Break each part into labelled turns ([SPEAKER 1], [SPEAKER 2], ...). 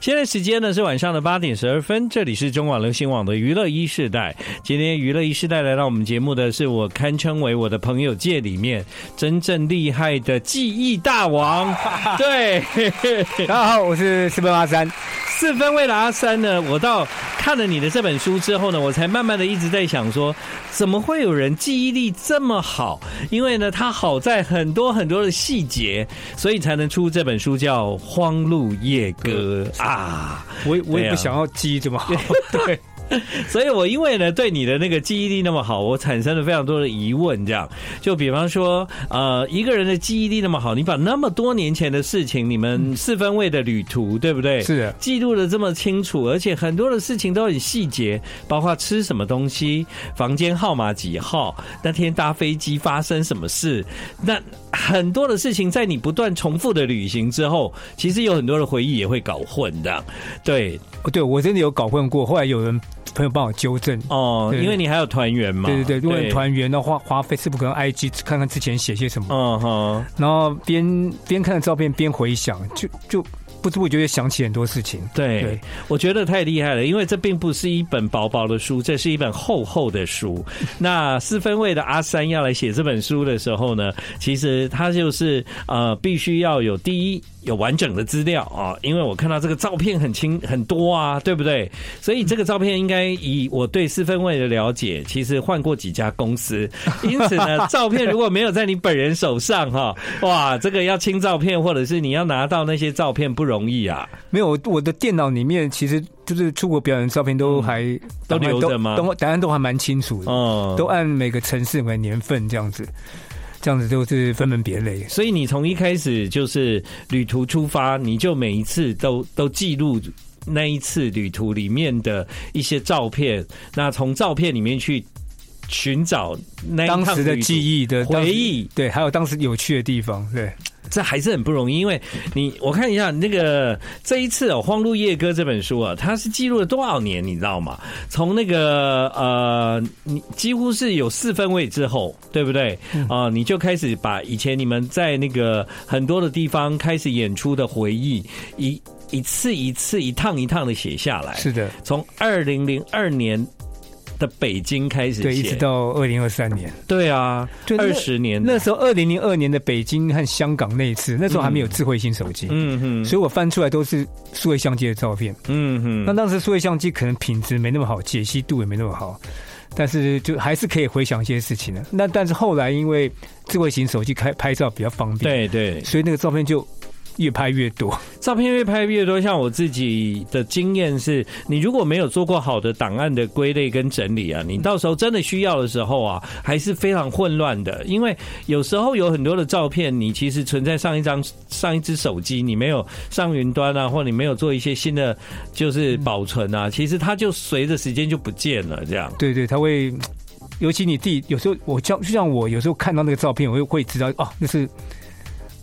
[SPEAKER 1] 现在时间呢是晚上的八点十二分，这里是中广流行网的娱乐一世代。今天娱乐一世代来到我们节目的是我堪称为我的朋友界里面真正厉害的记忆大王，对，
[SPEAKER 2] 大家好，我是四分八三。
[SPEAKER 1] 四分为了阿三呢，我到看了你的这本书之后呢，我才慢慢的一直在想说，怎么会有人记忆力这么好？因为呢，他好在很多很多的细节，所以才能出这本书叫《荒路夜歌》啊。
[SPEAKER 2] 我我
[SPEAKER 1] 对
[SPEAKER 2] 也
[SPEAKER 1] 啊
[SPEAKER 2] 不想要记忆 这么好，
[SPEAKER 1] 对。所以，我因为呢对你的那个记忆力那么好，我产生了非常多的疑问。这样，就比方说，呃，一个人的记忆力那么好，你把那么多年前的事情，你们四分位的旅途，对不对？
[SPEAKER 2] 是的
[SPEAKER 1] 记录的这么清楚，而且很多的事情都很细节，包括吃什么东西、房间号码几号、那天搭飞机发生什么事，那很多的事情在你不断重复的旅行之后，其实有很多的回忆也会搞混的。对，
[SPEAKER 2] 哦对我真的有搞混过，后来有人朋友帮我纠 正。
[SPEAKER 1] 哦，
[SPEAKER 2] 对
[SPEAKER 1] 因为你还有团员嘛，
[SPEAKER 2] 对对对，如果团员的话，花 Facebook 跟 IG 看看之前写些什么，
[SPEAKER 1] 嗯哼，
[SPEAKER 2] 然后边边看照片边回想，就就不知不觉就想起很多事情。
[SPEAKER 1] 对，
[SPEAKER 2] 对
[SPEAKER 1] 我觉得太厉害了，因为这并不是一本薄薄的书，这是一本厚厚的书。那四分位的阿三要来写这本书的时候呢，其实他就是呃，必须要有第一有完整的资料啊，因为我看到这个照片很清很多啊，对不对？所以这个照片应该以我对四分位的了解，其实换过几家公司，因此呢，照片如果没有在你本人手上哈，哇，这个要清照片或者是你要拿到那些照片不容易啊。
[SPEAKER 2] 没有，我我的电脑里面其实就是出国表演的照片都还、
[SPEAKER 1] 嗯都
[SPEAKER 2] 档案
[SPEAKER 1] 留着吗
[SPEAKER 2] 都答案都还蛮清楚的，
[SPEAKER 1] 哦
[SPEAKER 2] 都按每个城市、每个年份这样子，这样子都是分门别类。
[SPEAKER 1] 所以你从一开始就是旅途出发，你就每一次都都记录那一次旅途里面的一些照片，那从照片里面去寻找那一趟
[SPEAKER 2] 当时的
[SPEAKER 1] 忆，
[SPEAKER 2] 记忆的当时
[SPEAKER 1] 回忆
[SPEAKER 2] 对，还有当时有趣的地方，对，
[SPEAKER 1] 这还是很不容易。因为你我看一下那个这一次哦，《荒路夜歌》这本书啊，它是记录了多少年，你知道吗？从那个呃，你几乎是有四分位之后，对不对？
[SPEAKER 2] 嗯
[SPEAKER 1] 啊、你就开始把以前你们在那个很多的地方开始演出的回忆，一一次一次、一趟一趟的写下来。
[SPEAKER 2] 是的，
[SPEAKER 1] 从二零零二年的北京开始
[SPEAKER 2] 对，一直
[SPEAKER 1] 写，
[SPEAKER 2] 到二零二三年，
[SPEAKER 1] 对啊，
[SPEAKER 2] 对那
[SPEAKER 1] 二十年
[SPEAKER 2] 那时候二零零二年的北京和香港那一次，那时候还没有智慧型手机，
[SPEAKER 1] 嗯哼，
[SPEAKER 2] 所以我翻出来都是数位相机的照片。
[SPEAKER 1] 嗯哼，
[SPEAKER 2] 那当时数位相机可能品质没那么好，解析度也没那么好，但是就还是可以回想一些事情的。那但是后来因为智慧型手机开拍照比较方
[SPEAKER 1] 对
[SPEAKER 2] 便，
[SPEAKER 1] 对，
[SPEAKER 2] 所以那个照片就越拍越多。
[SPEAKER 1] 照片越拍越多，像我自己的经验是，你如果没有做过好的档案的归类跟整理啊，你到时候真的需要的时候啊，还是非常混乱的。因为有时候有很多的照片，你其实存在上一张、上一只手机，你没有上云端啊，或你没有做一些新的就是保存啊，其实它就随着时间就不见了。这样，
[SPEAKER 2] 对对，它会，尤其你自己有时候我像就像我有时候看到那个照片，我会会知道哦，那是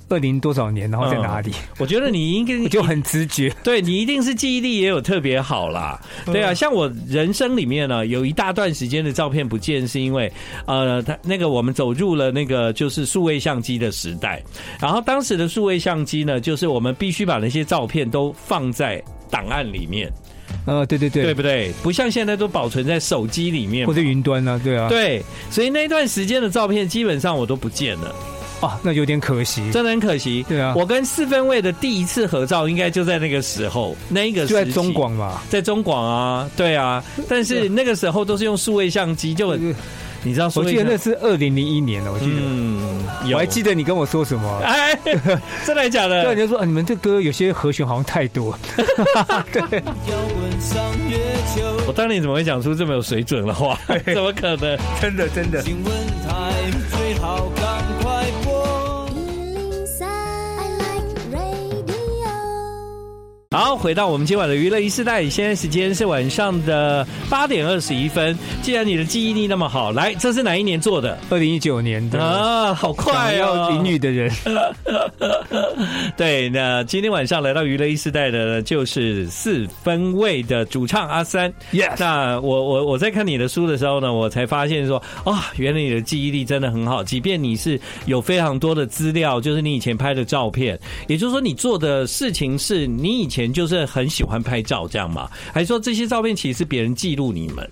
[SPEAKER 2] 二零多少年，
[SPEAKER 1] 嗯
[SPEAKER 2] 然后在哪里，
[SPEAKER 1] 我觉得你应该
[SPEAKER 2] 我就很直觉。
[SPEAKER 1] 对你一定是记忆力也有特别好啦，
[SPEAKER 2] 嗯
[SPEAKER 1] 对啊，像我人生里面呢、有一大段时间的照片不见，是因为呃，他那个我们走入了那个就是数位相机的时代，然后当时的数位相机呢，就是我们必须把那些照片都放在档案里面，
[SPEAKER 2] 呃，对对对，
[SPEAKER 1] 对不对？不像现在都保存在手机里面
[SPEAKER 2] 或
[SPEAKER 1] 嘛，
[SPEAKER 2] 者云端啊，对啊，
[SPEAKER 1] 对，所以那段时间的照片基本上我都不见了，
[SPEAKER 2] 啊，那有点可惜。
[SPEAKER 1] 真的很可惜。
[SPEAKER 2] 对啊
[SPEAKER 1] 我跟四分卫的第一次合照应该就在那个时候，那一个
[SPEAKER 2] 就在
[SPEAKER 1] 时期
[SPEAKER 2] 中广嘛，
[SPEAKER 1] 在中广啊，对啊，但是那个时候都是用数位相机，就很你知道数
[SPEAKER 2] 嗯我
[SPEAKER 1] 位
[SPEAKER 2] 记得
[SPEAKER 1] 相，
[SPEAKER 2] 那是二零零一年了，我记得。
[SPEAKER 1] 嗯，有
[SPEAKER 2] 我还记得你跟我说什么。
[SPEAKER 1] 哎， 真的假
[SPEAKER 2] 对，你
[SPEAKER 1] 的？
[SPEAKER 2] 就说、啊、你们这歌有些和弦好像太多，
[SPEAKER 3] 摇滚上月球，
[SPEAKER 1] 我当年怎么会讲出这么有水准的 话？怎么可能？
[SPEAKER 2] 真的真的。
[SPEAKER 3] 新闻台最好赶快播。
[SPEAKER 4] 103 I like radio.
[SPEAKER 1] 好，回到我们今晚的娱乐一世代，现在时间是晚上的八点二十一分。既然你的记忆力那么好，来，这是哪一年做的？
[SPEAKER 2] 二零一九年的，
[SPEAKER 1] 啊，好
[SPEAKER 2] 想
[SPEAKER 1] 快哦！
[SPEAKER 2] 要淋雨 的人，
[SPEAKER 1] 对，那今天晚上来到娱乐一时代的呢就是四分卫的主唱阿三。
[SPEAKER 2] Yes
[SPEAKER 1] 那我我我在看你的书的时候呢，我才发现说啊、原来你的记忆力真的很好，即便你是有非常多的资料，就是你以前拍的照片，也就是说你做的事情是你以前前就是很喜欢拍照这样嘛？还是说这些照片其实是别人记录你们？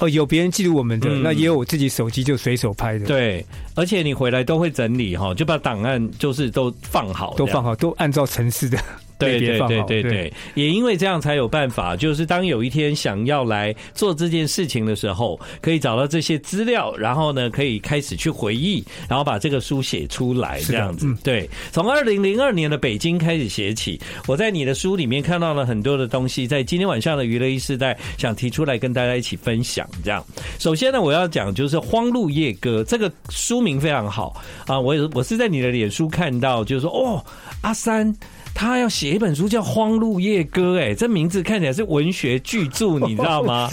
[SPEAKER 2] 哦，有别人记录我们的，
[SPEAKER 1] 嗯
[SPEAKER 2] 那也有我自己手机就随手拍的，，
[SPEAKER 1] 对，而且你回来都会整理哈，就把档案就是都放好，
[SPEAKER 2] 都放好，都按照城市的
[SPEAKER 1] 对
[SPEAKER 2] 类别
[SPEAKER 1] 对
[SPEAKER 2] 放
[SPEAKER 1] 对
[SPEAKER 2] 好，
[SPEAKER 1] 对对，也因为这样才有办法，就是当有一天想要来做这件事情的时候，可以找到这些资料，然后呢，可以开始去回忆，然后把这个书写出来，这
[SPEAKER 2] 是的
[SPEAKER 1] 样子
[SPEAKER 2] 嗯。
[SPEAKER 1] 对，从二零零二年的北京开始写起，我在你的书里面看到了很多的东西，在今天晚上的娱乐一时代，想提出来跟大家一起分享。这样，首先呢，我要讲就是《荒路夜歌》这个书名非常好啊，我也我是在你的脸书看到，就是说哦，阿三。他要写一本书叫《荒路夜歌》，哎，这名字看起来是文学巨著，你知道 吗？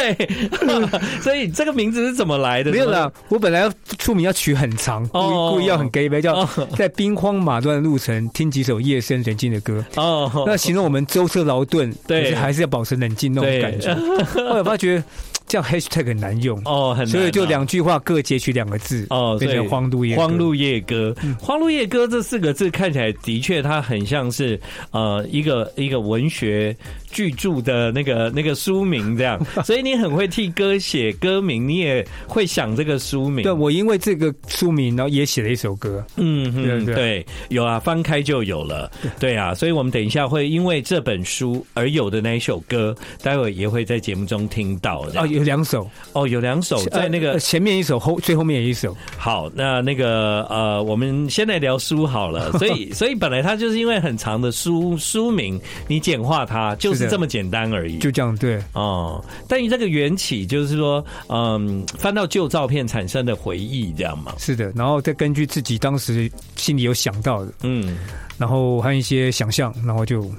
[SPEAKER 1] 对，所以这个名字是怎么来的？
[SPEAKER 2] 没有啦，我本来要出名要取很长，故意
[SPEAKER 1] 哦
[SPEAKER 2] 故意要很 gay 白，叫
[SPEAKER 1] 哦
[SPEAKER 2] 在兵荒马乱的路程听几首夜深人静的歌。
[SPEAKER 1] 哦，
[SPEAKER 2] 那形容我们舟车劳顿，
[SPEAKER 1] 对
[SPEAKER 2] 可是还是要保持冷静那种
[SPEAKER 1] 对
[SPEAKER 2] 感觉。 后来发觉这样 hashtag 很难用，
[SPEAKER 1] 哦，很难啊
[SPEAKER 2] 所以就两句话各截取两个字，
[SPEAKER 1] 哦，
[SPEAKER 2] 变
[SPEAKER 1] 所以
[SPEAKER 2] 成荒路夜歌嗯
[SPEAKER 1] 荒路夜歌，荒路夜歌这四个字看起来的确，它很像是呃一个一个文学巨著的那个那个书名这 样，所以你很会替歌写歌名，你也会想这个书名。
[SPEAKER 2] 对，我因为这个书名，然后也写了一首歌。
[SPEAKER 1] 嗯嗯，
[SPEAKER 2] 对对
[SPEAKER 1] 对，有啊，翻开就有了，对啊，所以我们等一下会因为这本书而有的那一首歌，待会也会在节目中听到
[SPEAKER 2] 哦，
[SPEAKER 1] 的。
[SPEAKER 2] 有两首，
[SPEAKER 1] 哦，有两首在那
[SPEAKER 2] 呃
[SPEAKER 1] 个
[SPEAKER 2] 呃前面一首，后最后面也一首。
[SPEAKER 1] 好，那那个呃，我们先来聊书好 了。所以，所以本来它就是因为很长的书书名，你简化它就是
[SPEAKER 2] 是的
[SPEAKER 1] 这么简单而已。
[SPEAKER 2] 就这样，对，
[SPEAKER 1] 哦，但你这个缘起就是说，嗯，翻到旧照片产生的回忆，这样嘛？
[SPEAKER 2] 是的。然后再根据自己当时心里有想到的，
[SPEAKER 1] 嗯
[SPEAKER 2] 然后还有一些想象，然后就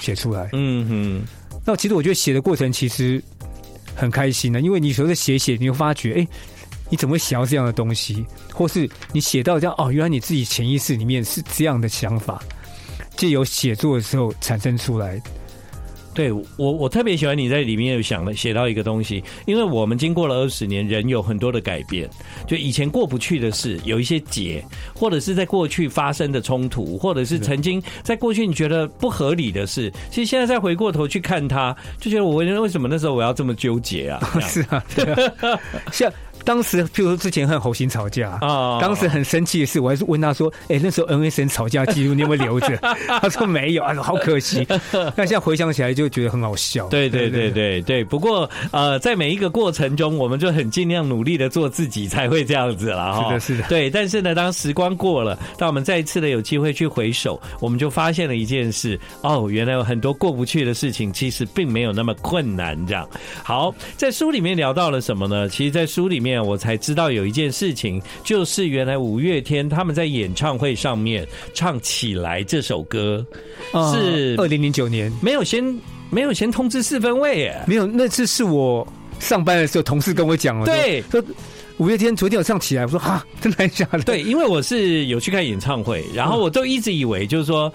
[SPEAKER 2] 写出来。
[SPEAKER 1] 嗯哼，
[SPEAKER 2] 那其实我觉得写的过程其实很开心的，因为你有时候在写写，你会发觉，哎、你怎么会想到这样的东西？或是你写到这样，哦，原来你自己潜意识里面是这样的想法，借由写作的时候产生出来。
[SPEAKER 1] 对我我特别喜欢你在里面有想了写到一个东西，因为我们经过了二十年，人有很多的改变，就以前过不去的事，有一些结，或者是在过去发生的冲突，或者是曾经在过去你觉得不合理的事，其实现在再回过头去看它，就觉得我为什么那时候我要这么纠结啊？ 这样
[SPEAKER 2] 是啊，对啊像当时，譬如说之前和侯鑫吵架。
[SPEAKER 1] 啊
[SPEAKER 2] 当时很生气的是，我还是问他说：“哎、那时候 NSN 吵架记录你有没有留着？” 他说没有，啊，好可惜。那现在回想起来就觉得很好笑。
[SPEAKER 1] 对对对对对，不过呃，在每一个过程中，我们就很尽量努力的做自己，才会这样子啦。哈。
[SPEAKER 2] 是的是的
[SPEAKER 1] 对，但是呢，当时光过了，当我们再一次的有机会去回首，我们就发现了一件事：哦，原来有很多过不去的事情，其实并没有那么困难。这样，好，在书里面聊到了什么呢？其实，在书里面我才知道有一件事情，就是原来五月天他们在演唱会上面唱《起来》这首歌，是
[SPEAKER 2] 啊二零零九年，
[SPEAKER 1] 没有先没有先通知四分位耶。
[SPEAKER 2] 没有，那次是我上班的时候，同事跟我讲了，
[SPEAKER 1] 对
[SPEAKER 2] 说说五月天昨天有上起来，我说哈，真的还假的？
[SPEAKER 1] 对，因为我是有去看演唱会，然后我都一直以为就是说。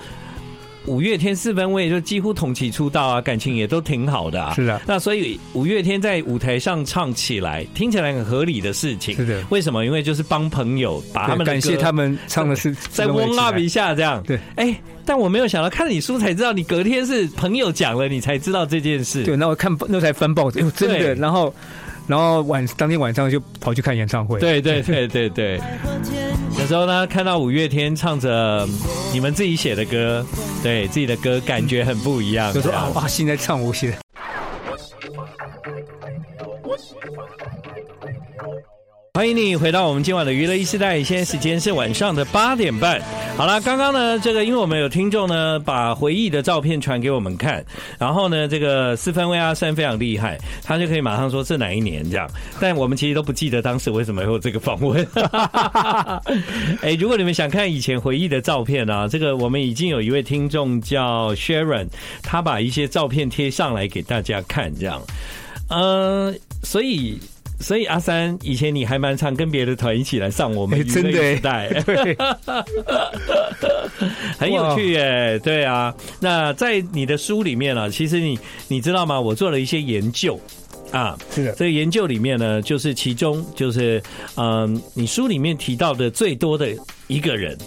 [SPEAKER 1] 五月天四分位就几乎同期出道啊，感情也都挺好的、啊。
[SPEAKER 2] 是的
[SPEAKER 1] 那所以五月天在舞台上唱起来，听起来很合理的事情。
[SPEAKER 2] 是的
[SPEAKER 1] 为什么？因为就是帮朋友把他们
[SPEAKER 2] 对，
[SPEAKER 1] 的
[SPEAKER 2] 感谢
[SPEAKER 1] 歌
[SPEAKER 2] 他们唱的是
[SPEAKER 1] 在翁蜡笔下这样。
[SPEAKER 2] 对，
[SPEAKER 1] 哎、但我没有想到看了你书才知道，你隔天是朋友讲了，你才知道这件事。
[SPEAKER 2] 对，然后我看那才翻报纸，哎呦，真
[SPEAKER 1] 对
[SPEAKER 2] 的，然后然后晚当天晚上就跑去看演唱会，，
[SPEAKER 1] 对对对对对。有时候呢，看到五月天唱着你们自己写的歌，对自己的歌，感觉很不一样。
[SPEAKER 2] 就说
[SPEAKER 1] 这样
[SPEAKER 2] 啊哇，现在唱我写的，
[SPEAKER 1] 欢迎你回到我们今晚的娱乐一时代，现在时间是晚上的八点半。好了，刚刚呢，这个因为我们有听众呢把回忆的照片传给我们看，然后呢，这个四分卫阿三非常厉害，他就可以马上说是哪一年这样，但我们其实都不记得当时为什么会有这个访问。 哎，如果你们想看以前回忆的照片啊，这个我们已经有一位听众叫 Sharon，他把一些照片贴上来给大家看这样。呃，所以所以阿三以前你还蛮常跟别的团一起来上我们
[SPEAKER 2] 哎真的
[SPEAKER 1] 娱乐一
[SPEAKER 2] 哎
[SPEAKER 1] 时代，
[SPEAKER 2] 对，
[SPEAKER 1] 很有趣耶。对啊，那在你的书里面啊，其实你你知道吗？我做了一些研究啊，
[SPEAKER 2] 是的，
[SPEAKER 1] 这个研究里面呢，就是呃其中就是嗯、你书里面提到的最多的一个人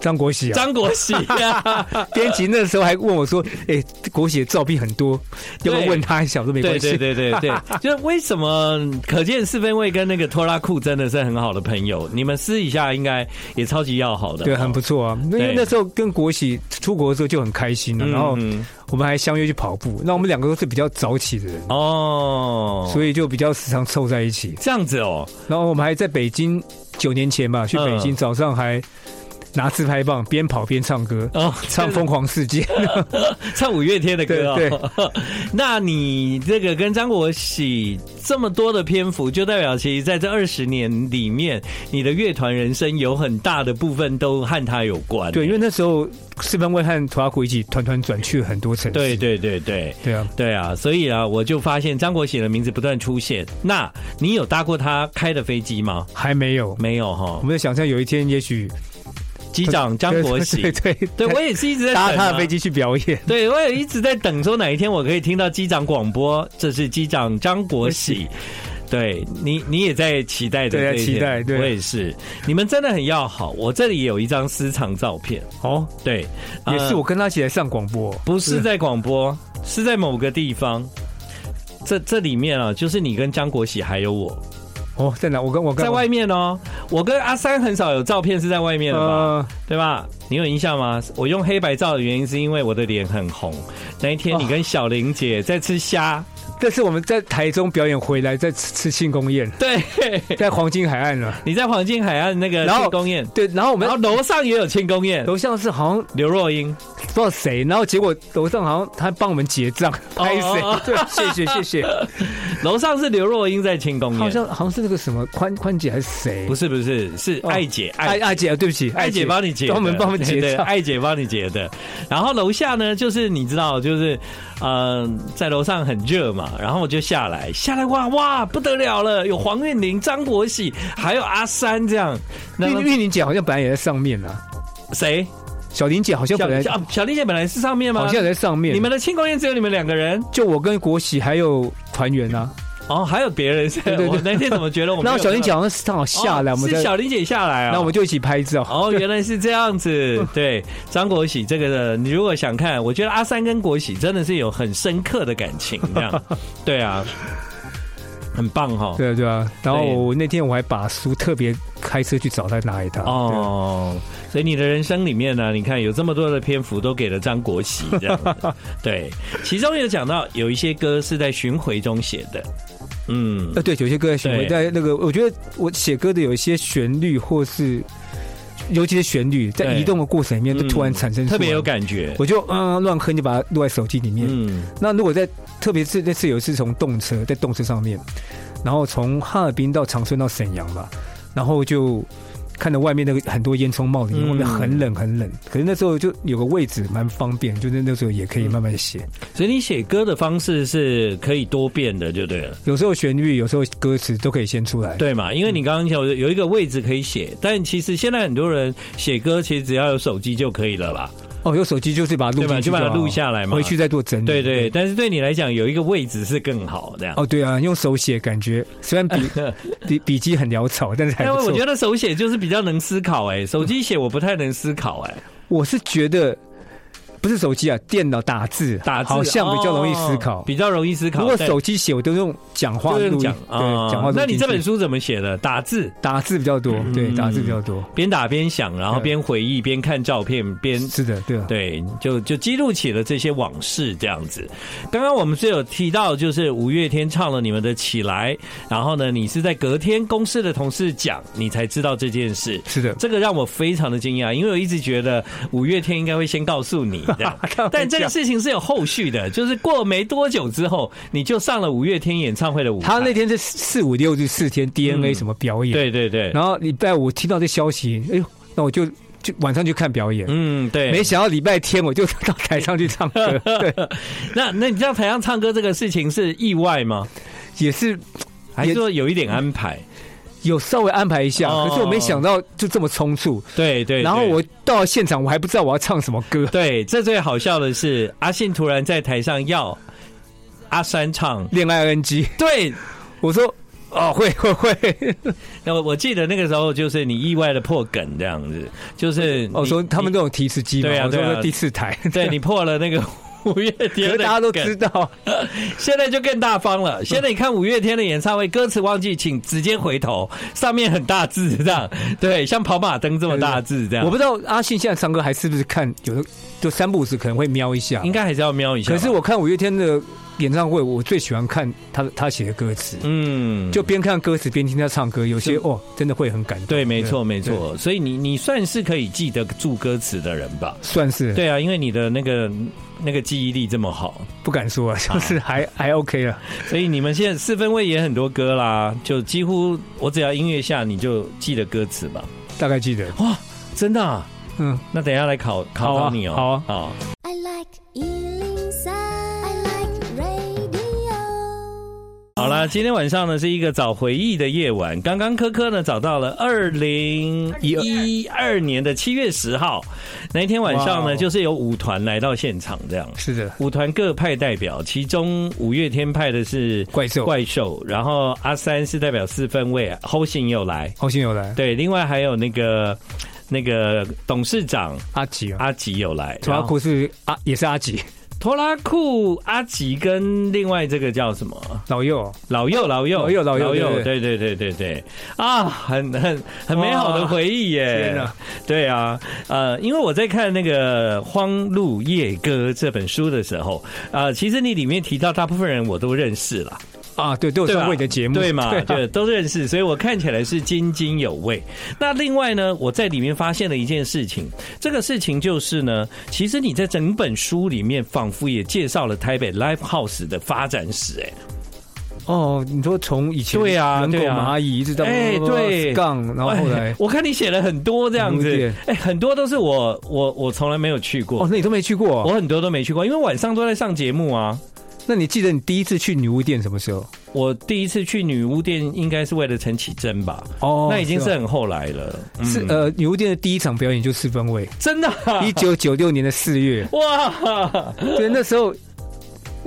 [SPEAKER 2] 张国喜啊，
[SPEAKER 1] 张国 喜啊，
[SPEAKER 2] 编辑那时候还问我说：“哎、国喜的照片很多，要不要
[SPEAKER 1] 对
[SPEAKER 2] 问他一下？”我说：“没关
[SPEAKER 1] 对
[SPEAKER 2] 系。
[SPEAKER 1] 对对对 对，就是为什么可见四分卫跟那个拖拉库真的是很好的朋友，你们私底下应该也超级要好的，
[SPEAKER 2] 对，很不错啊。那因
[SPEAKER 1] 对
[SPEAKER 2] 为那时候跟国喜出国的时候就很开心了、
[SPEAKER 1] 嗯
[SPEAKER 2] 然后
[SPEAKER 1] 嗯
[SPEAKER 2] 我们还相约去跑步。那我们两个都是比较早起的人，
[SPEAKER 1] 哦，
[SPEAKER 2] 所以就比较时常凑在一起。
[SPEAKER 1] 这样子哦，
[SPEAKER 2] 然后我们还在北京九年前吧，去北京、
[SPEAKER 1] 嗯
[SPEAKER 2] 早上还拿自拍棒边跑边唱歌，
[SPEAKER 1] 哦，
[SPEAKER 2] 唱《疯狂世界》
[SPEAKER 1] 唱五月天的歌
[SPEAKER 2] 对
[SPEAKER 1] 哦。 那你这个跟张国喜这么多的篇幅，就代表其实在这二十年里面，你的乐团人生有很大的部分都和他有关。
[SPEAKER 2] 对，因为那时候四分卫和土阿库一起团团转去了很多城市。
[SPEAKER 1] 对对对对。
[SPEAKER 2] 对啊，
[SPEAKER 1] 对啊，所以啊，我就发现张国喜的名字不断出现。那你有搭过他开的飞机吗？
[SPEAKER 2] 还没有。
[SPEAKER 1] 没有哈
[SPEAKER 2] 我，们在想象有一天，也许
[SPEAKER 1] 机长张国喜
[SPEAKER 2] 对。对对
[SPEAKER 1] 对，我也是一直在
[SPEAKER 2] 搭
[SPEAKER 1] 等
[SPEAKER 2] 他
[SPEAKER 1] 啊
[SPEAKER 2] 的飞机去表演。
[SPEAKER 1] 对，我也一直在等，说哪一天我可以听到机长广播，这是机长张国 喜。对你，你也在期待着
[SPEAKER 2] 对啊
[SPEAKER 1] 这一天
[SPEAKER 2] 期待对
[SPEAKER 1] 我也是。你们真的很要好，我这里有一张私藏照片，
[SPEAKER 2] 哦，
[SPEAKER 1] 对，
[SPEAKER 2] 也是
[SPEAKER 1] 呃
[SPEAKER 2] 我跟他一起来上广播。
[SPEAKER 1] 不是在广播，是在某个地方。这这里面啊，就是你跟张国喜还有我
[SPEAKER 2] 哦，在哪？我跟我跟
[SPEAKER 1] 在外面哦。我跟阿三很少有照片是在外面的吧？
[SPEAKER 2] 呃，
[SPEAKER 1] 对吧？你有印象吗？我用黑白照的原因是因为我的脸很红。那一
[SPEAKER 2] 哦
[SPEAKER 1] 天你跟小玲姐在吃虾，
[SPEAKER 2] 但是我们在台中表演回来，在吃吃庆功宴，
[SPEAKER 1] 对，
[SPEAKER 2] 在黄金海岸了。
[SPEAKER 1] 你在黄金海岸那个
[SPEAKER 2] 然后
[SPEAKER 1] 庆功宴，
[SPEAKER 2] 对，然后我
[SPEAKER 1] 然
[SPEAKER 2] 们
[SPEAKER 1] 后楼上也有庆功宴，
[SPEAKER 2] 楼上是好像
[SPEAKER 1] 刘若英
[SPEAKER 2] 不知道谁，然后结果楼上好像他帮我们结账，拍谁
[SPEAKER 1] 哦哦哦？
[SPEAKER 2] 对，谢谢 谢谢。
[SPEAKER 1] 楼上是刘若英在庆功宴，
[SPEAKER 2] 好像好像是那个什么宽宽姐还是谁？
[SPEAKER 1] 不是不是是
[SPEAKER 2] 哦
[SPEAKER 1] 艾姐
[SPEAKER 2] 艾
[SPEAKER 1] 艾。
[SPEAKER 2] 艾姐，对不起，
[SPEAKER 1] 艾姐帮你结的，
[SPEAKER 2] 专门帮我们
[SPEAKER 1] 对对
[SPEAKER 2] 结账。
[SPEAKER 1] 艾姐帮你结的。然后楼下呢，就是你知道，就是嗯、呃在楼上很热嘛，然后我就下来，下来哇哇不得了了，有黄韵玲、张国喜，还有阿三这样。那
[SPEAKER 2] 玉玉玲姐好像本来也在上面啊，
[SPEAKER 1] 谁？
[SPEAKER 2] 小玲姐好像
[SPEAKER 1] 小
[SPEAKER 2] 本来
[SPEAKER 1] 小小丽姐本来是上面吗？
[SPEAKER 2] 好像也在上面。
[SPEAKER 1] 你们的庆功宴只有你们两个人。
[SPEAKER 2] 就我跟国喜还有团员啊，
[SPEAKER 1] 哦，还有别人是？
[SPEAKER 2] 对对对
[SPEAKER 1] 我那天怎么觉得我们？
[SPEAKER 2] 然后小玲姐好像是刚好下来，我
[SPEAKER 1] 哦
[SPEAKER 2] 们
[SPEAKER 1] 是
[SPEAKER 2] 在，
[SPEAKER 1] 小玲姐下来啊、
[SPEAKER 2] 然后我们就一起拍照。
[SPEAKER 1] 哦，原来是这样 子。对，张国喜这个的，你如果想看，我觉得阿三跟国喜真的是有很深刻的感情，这 样。对啊，很棒哦哈、
[SPEAKER 2] 对啊，对啊。然后
[SPEAKER 1] 对
[SPEAKER 2] 我那天我还把书特别开车去找他拿给他。哦，
[SPEAKER 1] 哦，所以你的人生里面呢、你看有这么多的篇幅都给了张国喜这样 子，对，其中有讲到有一些歌是在巡回中写的，嗯，
[SPEAKER 2] 呃，对，有些歌选
[SPEAKER 1] 对
[SPEAKER 2] 我在那个，我觉得我写歌的有一些旋律或是，尤其是旋律，在
[SPEAKER 1] 对
[SPEAKER 2] 移动的过程里面，就
[SPEAKER 1] 嗯
[SPEAKER 2] 突然产生出来
[SPEAKER 1] 特别有，感觉，
[SPEAKER 2] 我就嗯乱哼，就把它录在手机里面。
[SPEAKER 1] 嗯，
[SPEAKER 2] 那如果在，特别是那次有一次从动车在动车上面，然后从哈尔滨到长春到沈阳吧，然后就看着外面那个很多烟囱冒着
[SPEAKER 1] 嗯
[SPEAKER 2] 烟，外面很冷很冷。可是那时候就有个位置蛮方便，就是那时候也可以慢慢写，
[SPEAKER 1] 所以你写歌的方式是可以多变的，就对了，
[SPEAKER 2] 有时候旋律，有时候歌词都可以先出来。
[SPEAKER 1] 对嘛？因为你刚刚讲有一个位置可以写，但其实现在很多人写歌其实只要有手机就可以了吧？
[SPEAKER 2] 哦，有手机就是把它录
[SPEAKER 1] 对吧
[SPEAKER 2] 进去
[SPEAKER 1] 就把它
[SPEAKER 2] 好
[SPEAKER 1] 录下来嘛
[SPEAKER 2] 回去再做整理。
[SPEAKER 1] 对对，但是对你来讲有一个位置是更好这样。
[SPEAKER 2] 哦，对啊，用手写感觉虽然 笔笔笔记很潦草，但是还
[SPEAKER 1] 因
[SPEAKER 2] 哎不
[SPEAKER 1] 为
[SPEAKER 2] 错。
[SPEAKER 1] 哎
[SPEAKER 2] 嗯
[SPEAKER 1] 我觉得手写就是比较能思考、哎，手机写我不太能思考、哎，
[SPEAKER 2] 我是觉得不是手机啊，电脑打字
[SPEAKER 1] 打字
[SPEAKER 2] 好像比较容易思
[SPEAKER 1] 哦
[SPEAKER 2] 考。
[SPEAKER 1] 比较容易思考。
[SPEAKER 2] 如果
[SPEAKER 1] 对
[SPEAKER 2] 手机写，我都用讲话
[SPEAKER 1] 就
[SPEAKER 2] 录
[SPEAKER 1] 用
[SPEAKER 2] 音，
[SPEAKER 1] 讲啊
[SPEAKER 2] 对，讲话录进去。
[SPEAKER 1] 那你这本书怎么写的？打字，
[SPEAKER 2] 打字比较多，对，
[SPEAKER 1] 嗯
[SPEAKER 2] 打字比较多，
[SPEAKER 1] 边打边想，然后
[SPEAKER 2] 对
[SPEAKER 1] 边回忆，边看照片，边
[SPEAKER 2] 是的，对啊，
[SPEAKER 1] 嗯对，就就记录起了这些往事，这样子。刚刚我们是有提到，就是五月天唱了你们的《起来》，然后呢，你是在隔天公司的同事讲，你才知道这件事。
[SPEAKER 2] 是的。
[SPEAKER 1] 这个让我非常的惊讶，因为我一直觉得五月天应该会先告诉你这样
[SPEAKER 2] 开玩笑
[SPEAKER 1] 但这个事情是有后续的，就是过没多久之后，你就上了五月天演唱会的舞台。
[SPEAKER 2] 他那天是四五六日四天 DNA 什么表演，
[SPEAKER 1] 嗯对对对，
[SPEAKER 2] 然后礼拜五听到这消息，哎呦，那我就就晚上去看表演。
[SPEAKER 1] 嗯对，
[SPEAKER 2] 没想到礼拜天我就到台上去唱 歌，对，
[SPEAKER 1] 那那你知道台上唱歌这个事情是意外吗？
[SPEAKER 2] 也是
[SPEAKER 1] 还是说有一点安排？
[SPEAKER 2] 有稍微安排一下，
[SPEAKER 1] 哦
[SPEAKER 2] 可是我没想到就这么冲促。
[SPEAKER 1] 对对对
[SPEAKER 2] 然后我到了现场，我还不知道我要唱什么歌，
[SPEAKER 1] 对这最好笑的是，阿信突然在台上要阿三唱，
[SPEAKER 2] 《恋爱 NG》。
[SPEAKER 1] 对
[SPEAKER 2] 我说哦，会会会，
[SPEAKER 1] 那我我记得那个时候就是你意外的破梗这样子，就是
[SPEAKER 2] 我、哦、
[SPEAKER 1] 你
[SPEAKER 2] 说他们
[SPEAKER 1] 你
[SPEAKER 2] 这种提词机嘛，
[SPEAKER 1] 对啊
[SPEAKER 2] 我说
[SPEAKER 1] 对啊
[SPEAKER 2] 那第四台，
[SPEAKER 1] 对你破了那个五月
[SPEAKER 2] 可
[SPEAKER 1] 天
[SPEAKER 2] 是
[SPEAKER 1] 的，
[SPEAKER 2] 大家都知。道，
[SPEAKER 1] 现在就更大方 了，现在你看五月天的演唱会，歌词忘记，请直接回头，上面很大字这 样，对，像跑马灯这么大字这样。
[SPEAKER 2] 我不知道阿信现在唱歌还是不是看有的，就三不五时可能会瞄一下，
[SPEAKER 1] 应该还是要瞄一下吧。
[SPEAKER 2] 可是我看五月天的演唱会，我最喜欢看他他写的歌词，
[SPEAKER 1] 嗯，
[SPEAKER 2] 就边看歌词边听他唱歌，有些哦真的会很感动。
[SPEAKER 1] 对，没错，没错。所以你你算是可以记得住歌词的人吧？
[SPEAKER 2] 算是
[SPEAKER 1] 对啊，因为你的那个那个记忆力这么好，
[SPEAKER 2] 不敢说啊，就是还还 OK 啊了。
[SPEAKER 1] 所以你们现在四分位也很多歌啦，就几乎我只要音乐下你就记得歌词吧。
[SPEAKER 2] 大概记得，
[SPEAKER 1] 哇，真的、啊？
[SPEAKER 2] 嗯，
[SPEAKER 1] 那等一下来考考
[SPEAKER 2] 好啊
[SPEAKER 1] 考你哦、
[SPEAKER 2] 好啊
[SPEAKER 1] 好。
[SPEAKER 4] I like Ealing Sound. I like radio.
[SPEAKER 1] 好啦，今天晚上呢是一个找回忆的夜晚。刚刚科科呢找到了二零一二年的七月十号那一天晚上
[SPEAKER 2] 哇
[SPEAKER 1] 呢，
[SPEAKER 2] 哦
[SPEAKER 1] 就是有舞团来到现场这样。
[SPEAKER 2] 是的，
[SPEAKER 1] 舞团各派代表，其中五月天派的是
[SPEAKER 2] 怪兽
[SPEAKER 1] 怪兽，然后阿三是代表四分卫，Ho 信也有来，
[SPEAKER 2] 好心有来，
[SPEAKER 1] 对，另外还有那个那个董事长
[SPEAKER 2] 阿吉啊，
[SPEAKER 1] 阿吉有来，
[SPEAKER 2] 主要
[SPEAKER 1] 然后
[SPEAKER 2] 库是阿也是阿吉，
[SPEAKER 1] 拖拉库阿吉跟另外这个叫什么
[SPEAKER 2] 老幼
[SPEAKER 1] 老右老右
[SPEAKER 2] 哦老右老右
[SPEAKER 1] 对
[SPEAKER 2] 对
[SPEAKER 1] 对对对对啊，很很很美好的
[SPEAKER 2] 哇
[SPEAKER 1] 回忆耶
[SPEAKER 2] 天哪！
[SPEAKER 1] 对啊，呃，因为我在看那个《荒路夜歌》这本书的时候，呃，其实你里面提到大部分人我都认识啦，
[SPEAKER 2] 啊，对，都有
[SPEAKER 1] 对吧
[SPEAKER 2] 上过你的节目，
[SPEAKER 1] 对 嘛？
[SPEAKER 2] 啊
[SPEAKER 1] 对，都认识，所以我看起来是津津有味。那另外呢，我在里面发现了一件事情，这个事情就是呢，其实你在整本书里面仿佛也介绍了台北 Live House 的发展史、哎。
[SPEAKER 2] 哦，你说从以前
[SPEAKER 1] 对啊
[SPEAKER 2] 人
[SPEAKER 1] 对
[SPEAKER 2] 狗
[SPEAKER 1] 啊
[SPEAKER 2] 蚂蚁一直到
[SPEAKER 1] 哎对
[SPEAKER 2] 杠，然后后来
[SPEAKER 1] 哎我看你写了很多这样
[SPEAKER 2] 有
[SPEAKER 1] 子
[SPEAKER 2] 点，
[SPEAKER 1] 哎，很多都是我我我从来没有去过
[SPEAKER 2] 哦，，那你都没去过
[SPEAKER 1] 我
[SPEAKER 2] 哦，
[SPEAKER 1] 很多都没去过，因为晚上都在上节目啊。
[SPEAKER 2] 那你记得你第一次去女巫店什么时候？
[SPEAKER 1] 我第一次去女巫店应该是为了陈绮贞吧，
[SPEAKER 2] 哦
[SPEAKER 1] 那已经是
[SPEAKER 2] 哦
[SPEAKER 1] 很后来了，嗯
[SPEAKER 2] 是呃女巫店的第一场表演就四分位，
[SPEAKER 1] 真的啊
[SPEAKER 2] 一九九六年的四 月，
[SPEAKER 1] 哇，
[SPEAKER 2] 对，那时候。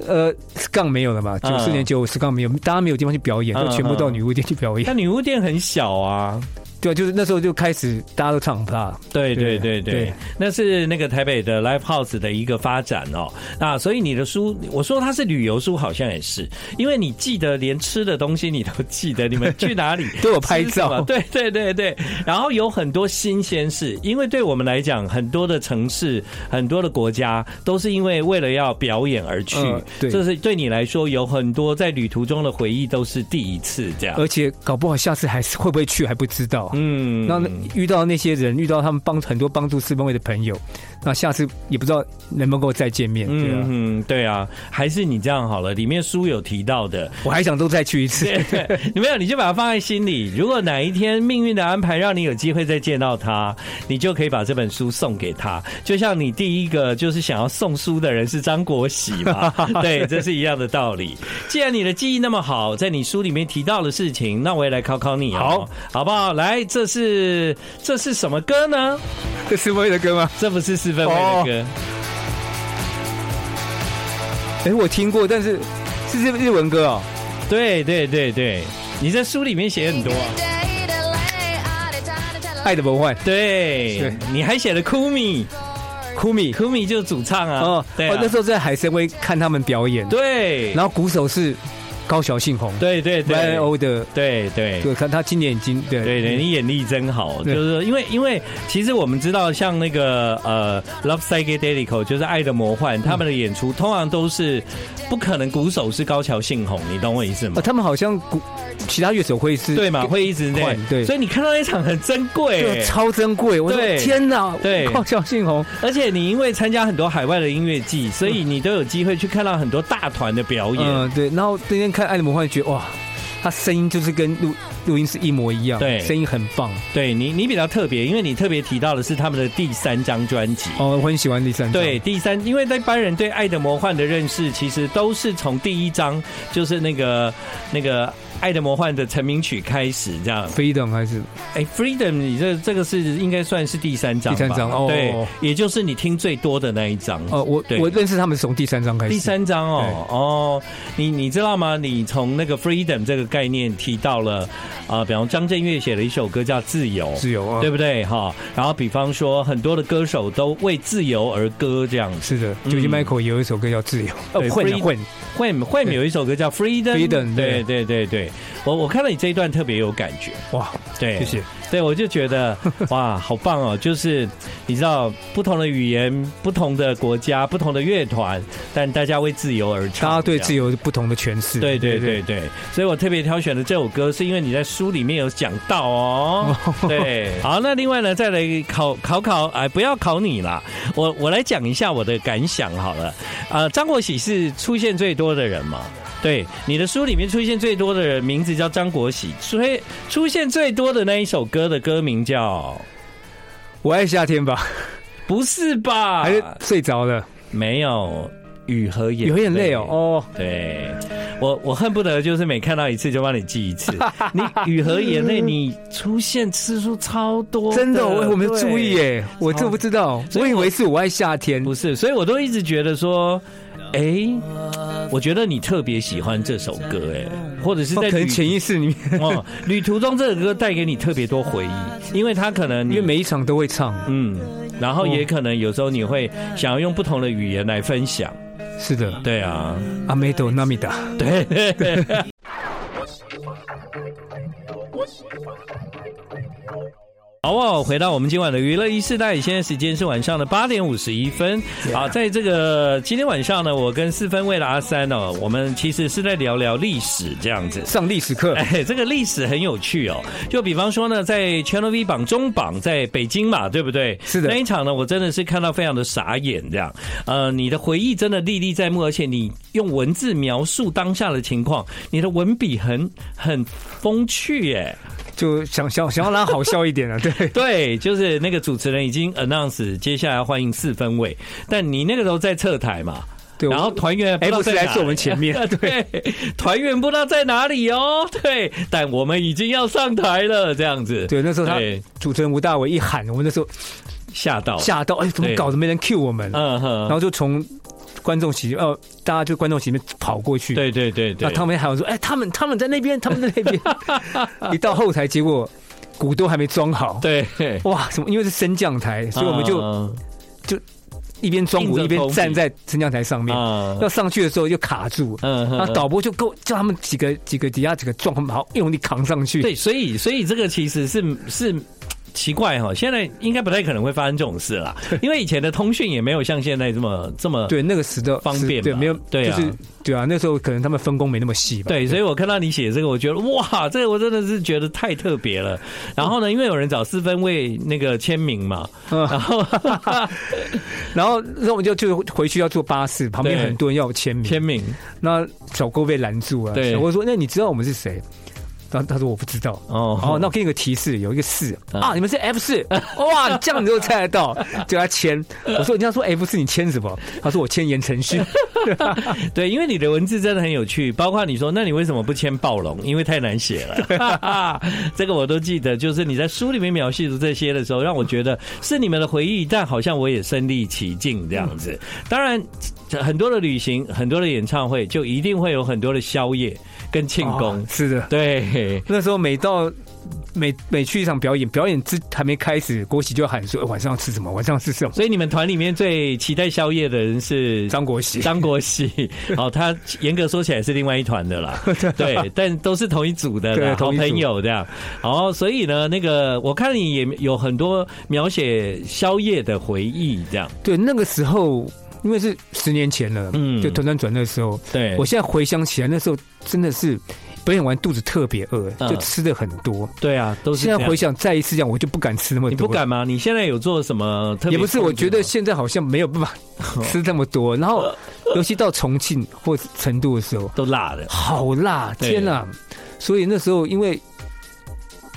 [SPEAKER 2] 呃，杠没有了嘛？
[SPEAKER 1] 嗯
[SPEAKER 2] 九四年、九五杠没有，大家没有地方去表演，
[SPEAKER 1] 嗯
[SPEAKER 2] 就全部到
[SPEAKER 1] 嗯
[SPEAKER 2] 女巫店去表演
[SPEAKER 1] 那。女巫店很小啊。
[SPEAKER 2] 对啊，就是那时候就开始大家都唱 p
[SPEAKER 1] 对对对
[SPEAKER 2] 对
[SPEAKER 1] 对，
[SPEAKER 2] 对
[SPEAKER 1] 那是那个台北的 Live House 的一个发展哦。那所以你的书，我说它是旅游书，好像也是，因为你记得连吃的东西你都记得，你们去哪里
[SPEAKER 2] 都有拍照
[SPEAKER 1] 吃什么对对对对。然后有很多新鲜事，因为对我们来讲，很多的城市、很多的国家都是因为为了要表演而去，
[SPEAKER 2] 嗯对
[SPEAKER 1] 这是对你来说有很多在旅途中的回忆都是第一次这样
[SPEAKER 2] 而。且搞不好下次还是会不会去还不知道。
[SPEAKER 1] 嗯
[SPEAKER 2] 那遇到那些人，遇到他们帮很多帮助四分卫的朋友，那下次也不知道能不能够再见面，对啊，
[SPEAKER 1] 嗯嗯，对啊，还是你这样好了。里面书有提到 的，
[SPEAKER 2] 我还想都再去一次。
[SPEAKER 1] 你没有，你就把它放在心里。如果哪一天命运的安排让你有机会再见到他，你就可以把这本书送给他。就像你第一个就是想要送书的人是张国喜 嘛，对，这是一样的道理。既然你的记忆那么好，在你书里面提到的事情，那我也来考考你、哦，
[SPEAKER 2] 好，
[SPEAKER 1] 好不好？来，这是这是什么歌呢？
[SPEAKER 2] 这是卫的歌吗？
[SPEAKER 1] 这不是四分位的
[SPEAKER 2] 哦
[SPEAKER 1] 歌。
[SPEAKER 2] 哎，我听过，但是是日日文歌哦。
[SPEAKER 1] 对对对对，你在书里面写很多啊。
[SPEAKER 2] 爱的魔幻
[SPEAKER 1] 对
[SPEAKER 2] 是，
[SPEAKER 1] 你还写了 Kumi，Kumi
[SPEAKER 2] 酷米
[SPEAKER 1] 就是主唱啊。
[SPEAKER 2] 哦，
[SPEAKER 1] 对啊
[SPEAKER 2] 哦，那时候在海参崴看他们表演，
[SPEAKER 1] 对，
[SPEAKER 2] 然后鼓手是高桥幸宏
[SPEAKER 1] 对对对
[SPEAKER 2] y O 的，
[SPEAKER 1] 对对
[SPEAKER 2] 对，看他今年已经对
[SPEAKER 1] 对对，你眼力真好，就
[SPEAKER 2] 对
[SPEAKER 1] 是说因为因为其实我们知道，像那个呃《Love Psychedelic》就是《爱的魔
[SPEAKER 2] 嗯
[SPEAKER 1] 幻》，他们的演出通常都是不可能鼓手是高桥幸宏，你懂我意思吗
[SPEAKER 2] 哦，？他们好像鼓其他乐手会是
[SPEAKER 1] 对嘛，会一直那
[SPEAKER 2] 换对
[SPEAKER 1] 所以你看到那场很珍贵
[SPEAKER 2] 就
[SPEAKER 1] 欸，
[SPEAKER 2] 超珍贵。我
[SPEAKER 1] 对
[SPEAKER 2] 的天哪！
[SPEAKER 1] 对
[SPEAKER 2] 靠小信红，
[SPEAKER 1] 而且你因为参加很多海外的音乐季，所以你都有机会去看到很
[SPEAKER 2] 嗯
[SPEAKER 1] 多大团的表演。
[SPEAKER 2] 嗯，对。然后那天看《爱的魔幻》，觉得哇，他声音就是跟录录音是一模一样，
[SPEAKER 1] 对
[SPEAKER 2] 声音很棒。
[SPEAKER 1] 对你，你比较特别，因为你特别提到的是他们的第三张专辑。
[SPEAKER 2] 哦，我很喜欢第三张，
[SPEAKER 1] 对，第三，因为一般人对《爱的魔幻》的认识，其实都是从第一章，就是那个那个《爱的魔幻》的成名曲开始，这样。
[SPEAKER 2] ，Freedom 还是
[SPEAKER 1] 哎、f r e e d o m 你这这个是应该算是第三章吧，
[SPEAKER 2] 第三章哦
[SPEAKER 1] 对，也就是你听最多的那一章。
[SPEAKER 2] 哦，我
[SPEAKER 1] 对
[SPEAKER 2] 我认识他们是从第三张开始，
[SPEAKER 1] 第三章哦哦，你你知道吗？你从那个 freedom 这个概念提到了啊、比方张震岳写了一首歌叫《自由》，
[SPEAKER 2] 自由啊，
[SPEAKER 1] 对不对哈？然后比方说很多的歌手都为自由而歌这样子。
[SPEAKER 2] 是的，
[SPEAKER 1] 嗯
[SPEAKER 2] 九 i Michael 有一首歌叫《自由》，
[SPEAKER 1] 对
[SPEAKER 2] 哦，混啊
[SPEAKER 1] Freedom
[SPEAKER 2] 混，
[SPEAKER 1] 会会有一首歌叫 freedom，,
[SPEAKER 2] Freedom，
[SPEAKER 1] 对对
[SPEAKER 2] 对
[SPEAKER 1] 对对，我我看到你这一段特别有感觉，
[SPEAKER 2] 哇，
[SPEAKER 1] 对，
[SPEAKER 2] 谢谢，
[SPEAKER 1] 对，我就觉 得哇，好棒哦！就是你知道，不同的语言、不同的国家、不同的乐团，但大家为自由而唱，
[SPEAKER 2] 大家对
[SPEAKER 1] 这样
[SPEAKER 2] 自由有不同的诠释，
[SPEAKER 1] 对对对对，所以我特别挑选的这首歌，是因为你在书里面有讲到哦。对， 好，那另外呢，再来考考考，哎，不要考你啦，我我来讲一下我的感想好了。啊，张国喜是出现最多的人嘛？对，你的书里面出现最多的人名字叫张国喜，所以出现最多的那一首歌的歌名叫。
[SPEAKER 2] 我爱夏天吧，
[SPEAKER 1] 不是吧？
[SPEAKER 2] 还是睡着了，
[SPEAKER 1] 没有雨和眼
[SPEAKER 2] 有眼泪哦，哦，
[SPEAKER 1] 对，我我恨不得就是每看到一次就帮你记一 次。你雨和眼泪，你出现次数超多
[SPEAKER 2] 真的，我我没有注意。
[SPEAKER 1] 哦对啊
[SPEAKER 2] 耶，我这不知道，
[SPEAKER 1] 所以
[SPEAKER 2] 我以
[SPEAKER 1] 我
[SPEAKER 2] 为是我爱夏天，
[SPEAKER 1] 不是，所以我都一直觉得说，哎、我觉得你特别喜欢这首歌，哎，或者是
[SPEAKER 2] 哦
[SPEAKER 1] 在
[SPEAKER 2] 可能
[SPEAKER 1] 旅
[SPEAKER 2] 潜意识里面，
[SPEAKER 1] 哦旅途中这首歌带给你特别多回忆，因为它可能
[SPEAKER 2] 因
[SPEAKER 1] 你
[SPEAKER 2] 为每一场都会唱，
[SPEAKER 1] 嗯，然后也可能有时候你会想要用不同的语言来分享，
[SPEAKER 2] 是的，
[SPEAKER 1] 对啊，
[SPEAKER 2] 阿梅朵纳米达，
[SPEAKER 1] 对。好不好？回到我们今晚的娱乐一世代，现在时间是晚上的八点五十一分。好，在这个今天晚上呢，我跟四分为了阿三哦，我们其实是在聊聊历史这样子。
[SPEAKER 2] 上历史课，
[SPEAKER 1] 哎，这个历史很有趣哦。就比方说呢，在 Channel V 榜中榜，在北京嘛，对不对？
[SPEAKER 2] 是的
[SPEAKER 1] 那一场呢，我真的是看到非常的傻眼，这样。呃，你的回忆真的历历在目，而且你用文字描述当下的情况，你的文笔很很风趣耶。
[SPEAKER 2] 就想想想要让它好笑一 点啊，对，
[SPEAKER 1] 对，就是那个主持人已经 announce 接下来欢迎四分位，但你那个时候在侧台嘛。
[SPEAKER 2] 对，
[SPEAKER 1] 然后团员不知道在哪
[SPEAKER 2] F 是
[SPEAKER 1] 里
[SPEAKER 2] 来坐我们前面
[SPEAKER 1] 对，团员不知道在哪里哦，对，但我们已经要上台了，这样子，
[SPEAKER 2] 对，那时候他
[SPEAKER 1] 对
[SPEAKER 2] 主持人吴大伟一喊，我们那时候
[SPEAKER 1] 吓到，
[SPEAKER 2] 吓到，哎，怎么
[SPEAKER 1] 对
[SPEAKER 2] 搞的没人 cue 我们？
[SPEAKER 1] 嗯
[SPEAKER 2] 然
[SPEAKER 1] 哼，
[SPEAKER 2] 后就从观众席哦，大家就观众席里面跑过去。，
[SPEAKER 1] 对对对对
[SPEAKER 2] 那，他们还有说，哎，他们他们在那边，他们在那边。 一到后台，结果鼓都还没装好。
[SPEAKER 1] 对，
[SPEAKER 2] 哇，什么？因为是升降台， 所以我们就
[SPEAKER 1] 嗯
[SPEAKER 2] 一边装鼓
[SPEAKER 1] 硬着
[SPEAKER 2] 一边
[SPEAKER 1] 头皮
[SPEAKER 2] 站在升降台上面。
[SPEAKER 1] 嗯
[SPEAKER 2] 要上去的时候就卡住，
[SPEAKER 1] 嗯
[SPEAKER 2] 那
[SPEAKER 1] 哼
[SPEAKER 2] 导播就够叫他们几个几个底下几个撞，好用力扛上去。
[SPEAKER 1] 对，所以所以这个其实是是。奇怪哈、哦，现在应该不太可能会发生这种事 啦，因为以前的通讯也没有像现在这么这么
[SPEAKER 2] 对，那个时代
[SPEAKER 1] 方便
[SPEAKER 2] 对，
[SPEAKER 1] 吧
[SPEAKER 2] 没有
[SPEAKER 1] 对啊
[SPEAKER 2] 就是对啊，那时候可能他们分工没那么细吧。
[SPEAKER 1] 对，所以我看到你写这个，我觉得哇，这个我真的是觉得太特别了。然后呢，因为有人找四分位那个签名嘛，
[SPEAKER 2] 嗯
[SPEAKER 1] 然后
[SPEAKER 2] 然后，然后我们就就回去要坐巴士，旁边
[SPEAKER 1] 对
[SPEAKER 2] 很多人要我签名，
[SPEAKER 1] 签名
[SPEAKER 2] 那小郭被拦住了、
[SPEAKER 1] 对
[SPEAKER 2] 小郭说：“那你知道我们是谁？”然后他说：“我不知道。”
[SPEAKER 1] 哦
[SPEAKER 2] 哦，那我给你个提示，有一个四
[SPEAKER 1] 嗯
[SPEAKER 2] 啊，你们是 F 四，哇，这样你就猜得到，就他签。我说：“人家说 F 四，你签什么？”他说：“我签言承旭。
[SPEAKER 1] 对，因为你的文字真的很有趣，包括你说，那你为什么不签暴龙？因为太难写了。 这个我都记得，就是你在书里面描述这些的时候，让我觉得是你们的回忆，但好像我也身临其境这样子。当然，这很多的旅行，很多的演唱会，就一定会有很多的宵夜跟 庆”功。
[SPEAKER 2] 哦是的，
[SPEAKER 1] 对，
[SPEAKER 2] 那时候每到每每去一场表演，表演之还没开始，郭喜就喊说：“哎晚上要吃什么？晚上要吃什么
[SPEAKER 1] 所以你们团里面最期待宵夜的人是？”
[SPEAKER 2] 张国喜，
[SPEAKER 1] 张国喜， 哦，他严格说起来是另外一团的啦，对，但都是同一组的啦
[SPEAKER 2] 对
[SPEAKER 1] 好
[SPEAKER 2] 同一组
[SPEAKER 1] 朋友这样。哦，所以呢，那个我看你也有很多描写宵夜的回忆，这样，
[SPEAKER 2] 对，那个时候因为是十年前了，
[SPEAKER 1] 嗯哎
[SPEAKER 2] 嗯，就团团转那时候，
[SPEAKER 1] 对，
[SPEAKER 2] 我现在回想起来，那时候真的是表演完肚子特别饿，
[SPEAKER 1] 嗯
[SPEAKER 2] 就吃的很多。
[SPEAKER 1] 对啊，都是
[SPEAKER 2] 现
[SPEAKER 1] 这
[SPEAKER 2] 在
[SPEAKER 1] 样
[SPEAKER 2] 回想再一次讲，我就不敢吃那么
[SPEAKER 1] 你
[SPEAKER 2] 多。
[SPEAKER 1] 不敢吗？你现在有做什么特别控制吗？
[SPEAKER 2] 也不是，我觉得现在好像没有办法 吃这么多。然后，尤其到重庆或成都的时候，
[SPEAKER 1] 都辣的，
[SPEAKER 2] 好辣，啊
[SPEAKER 1] 对
[SPEAKER 2] 天哪！所以那时候因为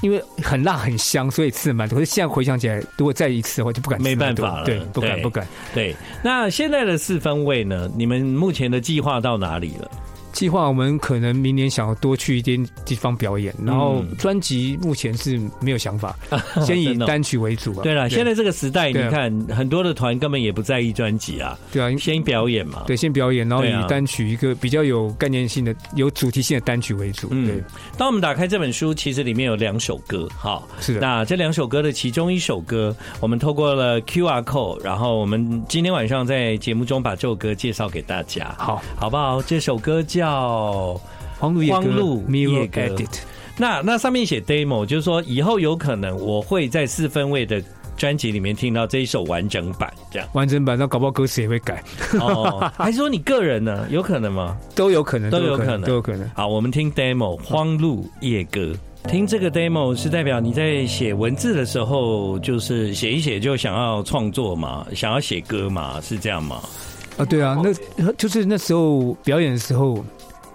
[SPEAKER 2] 因为很辣很香，所以吃的蛮多。可是现在回想起来，如果再一次的话，就不敢吃
[SPEAKER 1] 没
[SPEAKER 2] 那么多
[SPEAKER 1] 办法了
[SPEAKER 2] 对，不敢
[SPEAKER 1] 对
[SPEAKER 2] 不敢。
[SPEAKER 1] 对，那现在的四分位呢？你们目前的计划到哪里了？
[SPEAKER 2] 计划我们可能明年想要多去一点地方表演，然后
[SPEAKER 1] 嗯
[SPEAKER 2] 专辑目前是没有想法，先以
[SPEAKER 1] 真的哦
[SPEAKER 2] 单曲为主吧。啊
[SPEAKER 1] 对了，现在这个时代，你
[SPEAKER 2] 对啊
[SPEAKER 1] 看很多的团根本也不在意专辑啊，
[SPEAKER 2] 对啊，因
[SPEAKER 1] 先表演嘛。
[SPEAKER 2] 对先表演，然后
[SPEAKER 1] 对啊
[SPEAKER 2] 以单曲一个比较有概念性的、有主题性的单曲为主。
[SPEAKER 1] 嗯
[SPEAKER 2] 对，
[SPEAKER 1] 当我们打开这本书，其实里面有两首歌，哈。
[SPEAKER 2] 是的。
[SPEAKER 1] 那这两首歌的其中一首歌，我们透过了 QR code，然后我们今天晚上在节目中把这首歌介绍给大家，
[SPEAKER 2] 好，
[SPEAKER 1] 好不好？这首歌叫
[SPEAKER 2] 黄璐也
[SPEAKER 1] 荒
[SPEAKER 2] 歌
[SPEAKER 1] 路夜
[SPEAKER 2] Mirror
[SPEAKER 1] 歌
[SPEAKER 2] Edit，
[SPEAKER 1] 那那上面写 demo，就是说以后有可能我会在四分位的专辑里面听到这一首完整版，这样
[SPEAKER 2] 完整版，那搞不好歌词也会改，
[SPEAKER 1] 哦。还是说你个人呢？有可能吗？
[SPEAKER 2] 都有可能，
[SPEAKER 1] 都有可能
[SPEAKER 2] 都有可能。
[SPEAKER 1] 好，我们听 demo《荒路夜歌》。听这个 demo 是代表你在写文字的时候，就是写一写就想要创作嘛，想要写歌嘛，是这样吗？
[SPEAKER 2] 啊，对啊，那就是那时候表演的时候，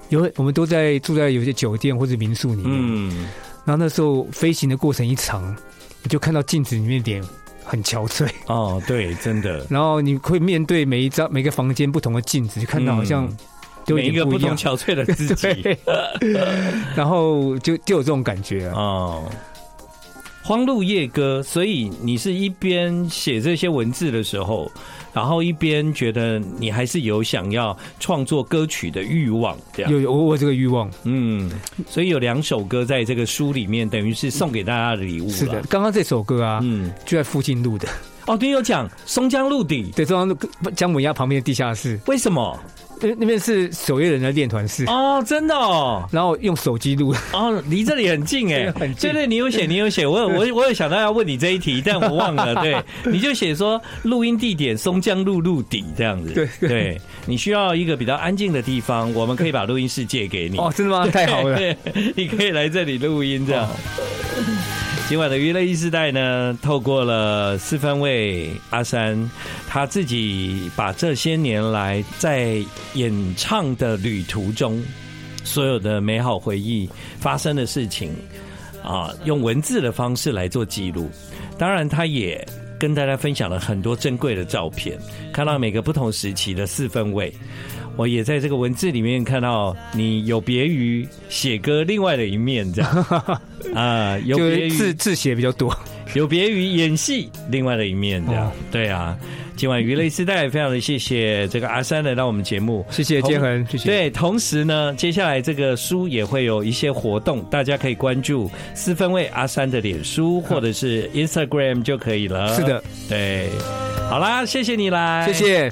[SPEAKER 2] 有我们都在住在有些酒店或者民宿里面，
[SPEAKER 1] 嗯，
[SPEAKER 2] 然后那时候飞行的过程一长，你就看到镜子里面脸很憔悴，
[SPEAKER 1] 哦，对，真的，
[SPEAKER 2] 然后你会面对每一张每个房间不同的镜子，就看到好像
[SPEAKER 1] 嗯
[SPEAKER 2] 都
[SPEAKER 1] 每
[SPEAKER 2] 有
[SPEAKER 1] 一个
[SPEAKER 2] 点不
[SPEAKER 1] 不
[SPEAKER 2] 一
[SPEAKER 1] 同
[SPEAKER 2] 样，
[SPEAKER 1] 憔悴的自己
[SPEAKER 2] 对， 然后就就有这种感觉啊。
[SPEAKER 1] 哦。荒路夜歌，所以你是一边写这些文字的时候，然后一边觉得你还是有想要创作歌曲的欲望，这样
[SPEAKER 2] 有有我有这个欲望，
[SPEAKER 1] 嗯，所以有两首歌在这个书里面，等于是送给大家的礼物了
[SPEAKER 2] 是的，，刚刚这首歌啊，
[SPEAKER 1] 啊嗯，
[SPEAKER 2] 就在附近录的，
[SPEAKER 1] 哦，对，有讲松江路底，
[SPEAKER 2] 对，中央路姜母鸭旁边的地下室，
[SPEAKER 1] 为什么？
[SPEAKER 2] 那那边是守夜人的练团室，
[SPEAKER 1] 哦，真的哦，
[SPEAKER 2] 然后用手机录，
[SPEAKER 1] 哦，离这里很近哎
[SPEAKER 2] 对，很近
[SPEAKER 1] 对对，你有 写，你有写，我有我有我有想到要问你这一题，但我忘了，对，你就写说录音地点松江路路底这样子，
[SPEAKER 2] 对
[SPEAKER 1] 对，你需要一个比较安静的地方，我们可以把录音室借给你，
[SPEAKER 2] 哦，真的吗？ 太好了。哦
[SPEAKER 1] 对， 你可以来这里录音这样。今晚的娱乐一时代呢，透过了四分卫阿三他自己把这些年来在演唱的旅途中所有的美好回忆发生的事情啊，用文字的方式来做记录。当然，他也跟大家分享了很多珍贵的照片，看到每个不同时期的四分卫。我也在这个文字里面看到你有别于写歌另外的一面，这样啊、有
[SPEAKER 2] 就
[SPEAKER 1] 别
[SPEAKER 2] 是字
[SPEAKER 1] 于
[SPEAKER 2] 字写比较多，
[SPEAKER 1] 有别于演戏另外的一面，这样、
[SPEAKER 2] 哦
[SPEAKER 1] 对啊。今晚娱乐时代非常的谢谢这个阿三来到我们节目，
[SPEAKER 2] 谢谢
[SPEAKER 1] 同
[SPEAKER 2] 建恒，谢谢。
[SPEAKER 1] 对，同时呢，接下来这个书也会有一些活动，大家可以关注四分卫阿三的脸书或者是 Instagram 就可以了。
[SPEAKER 2] 是的，
[SPEAKER 1] 对。好啦，谢谢你来，
[SPEAKER 2] 谢谢。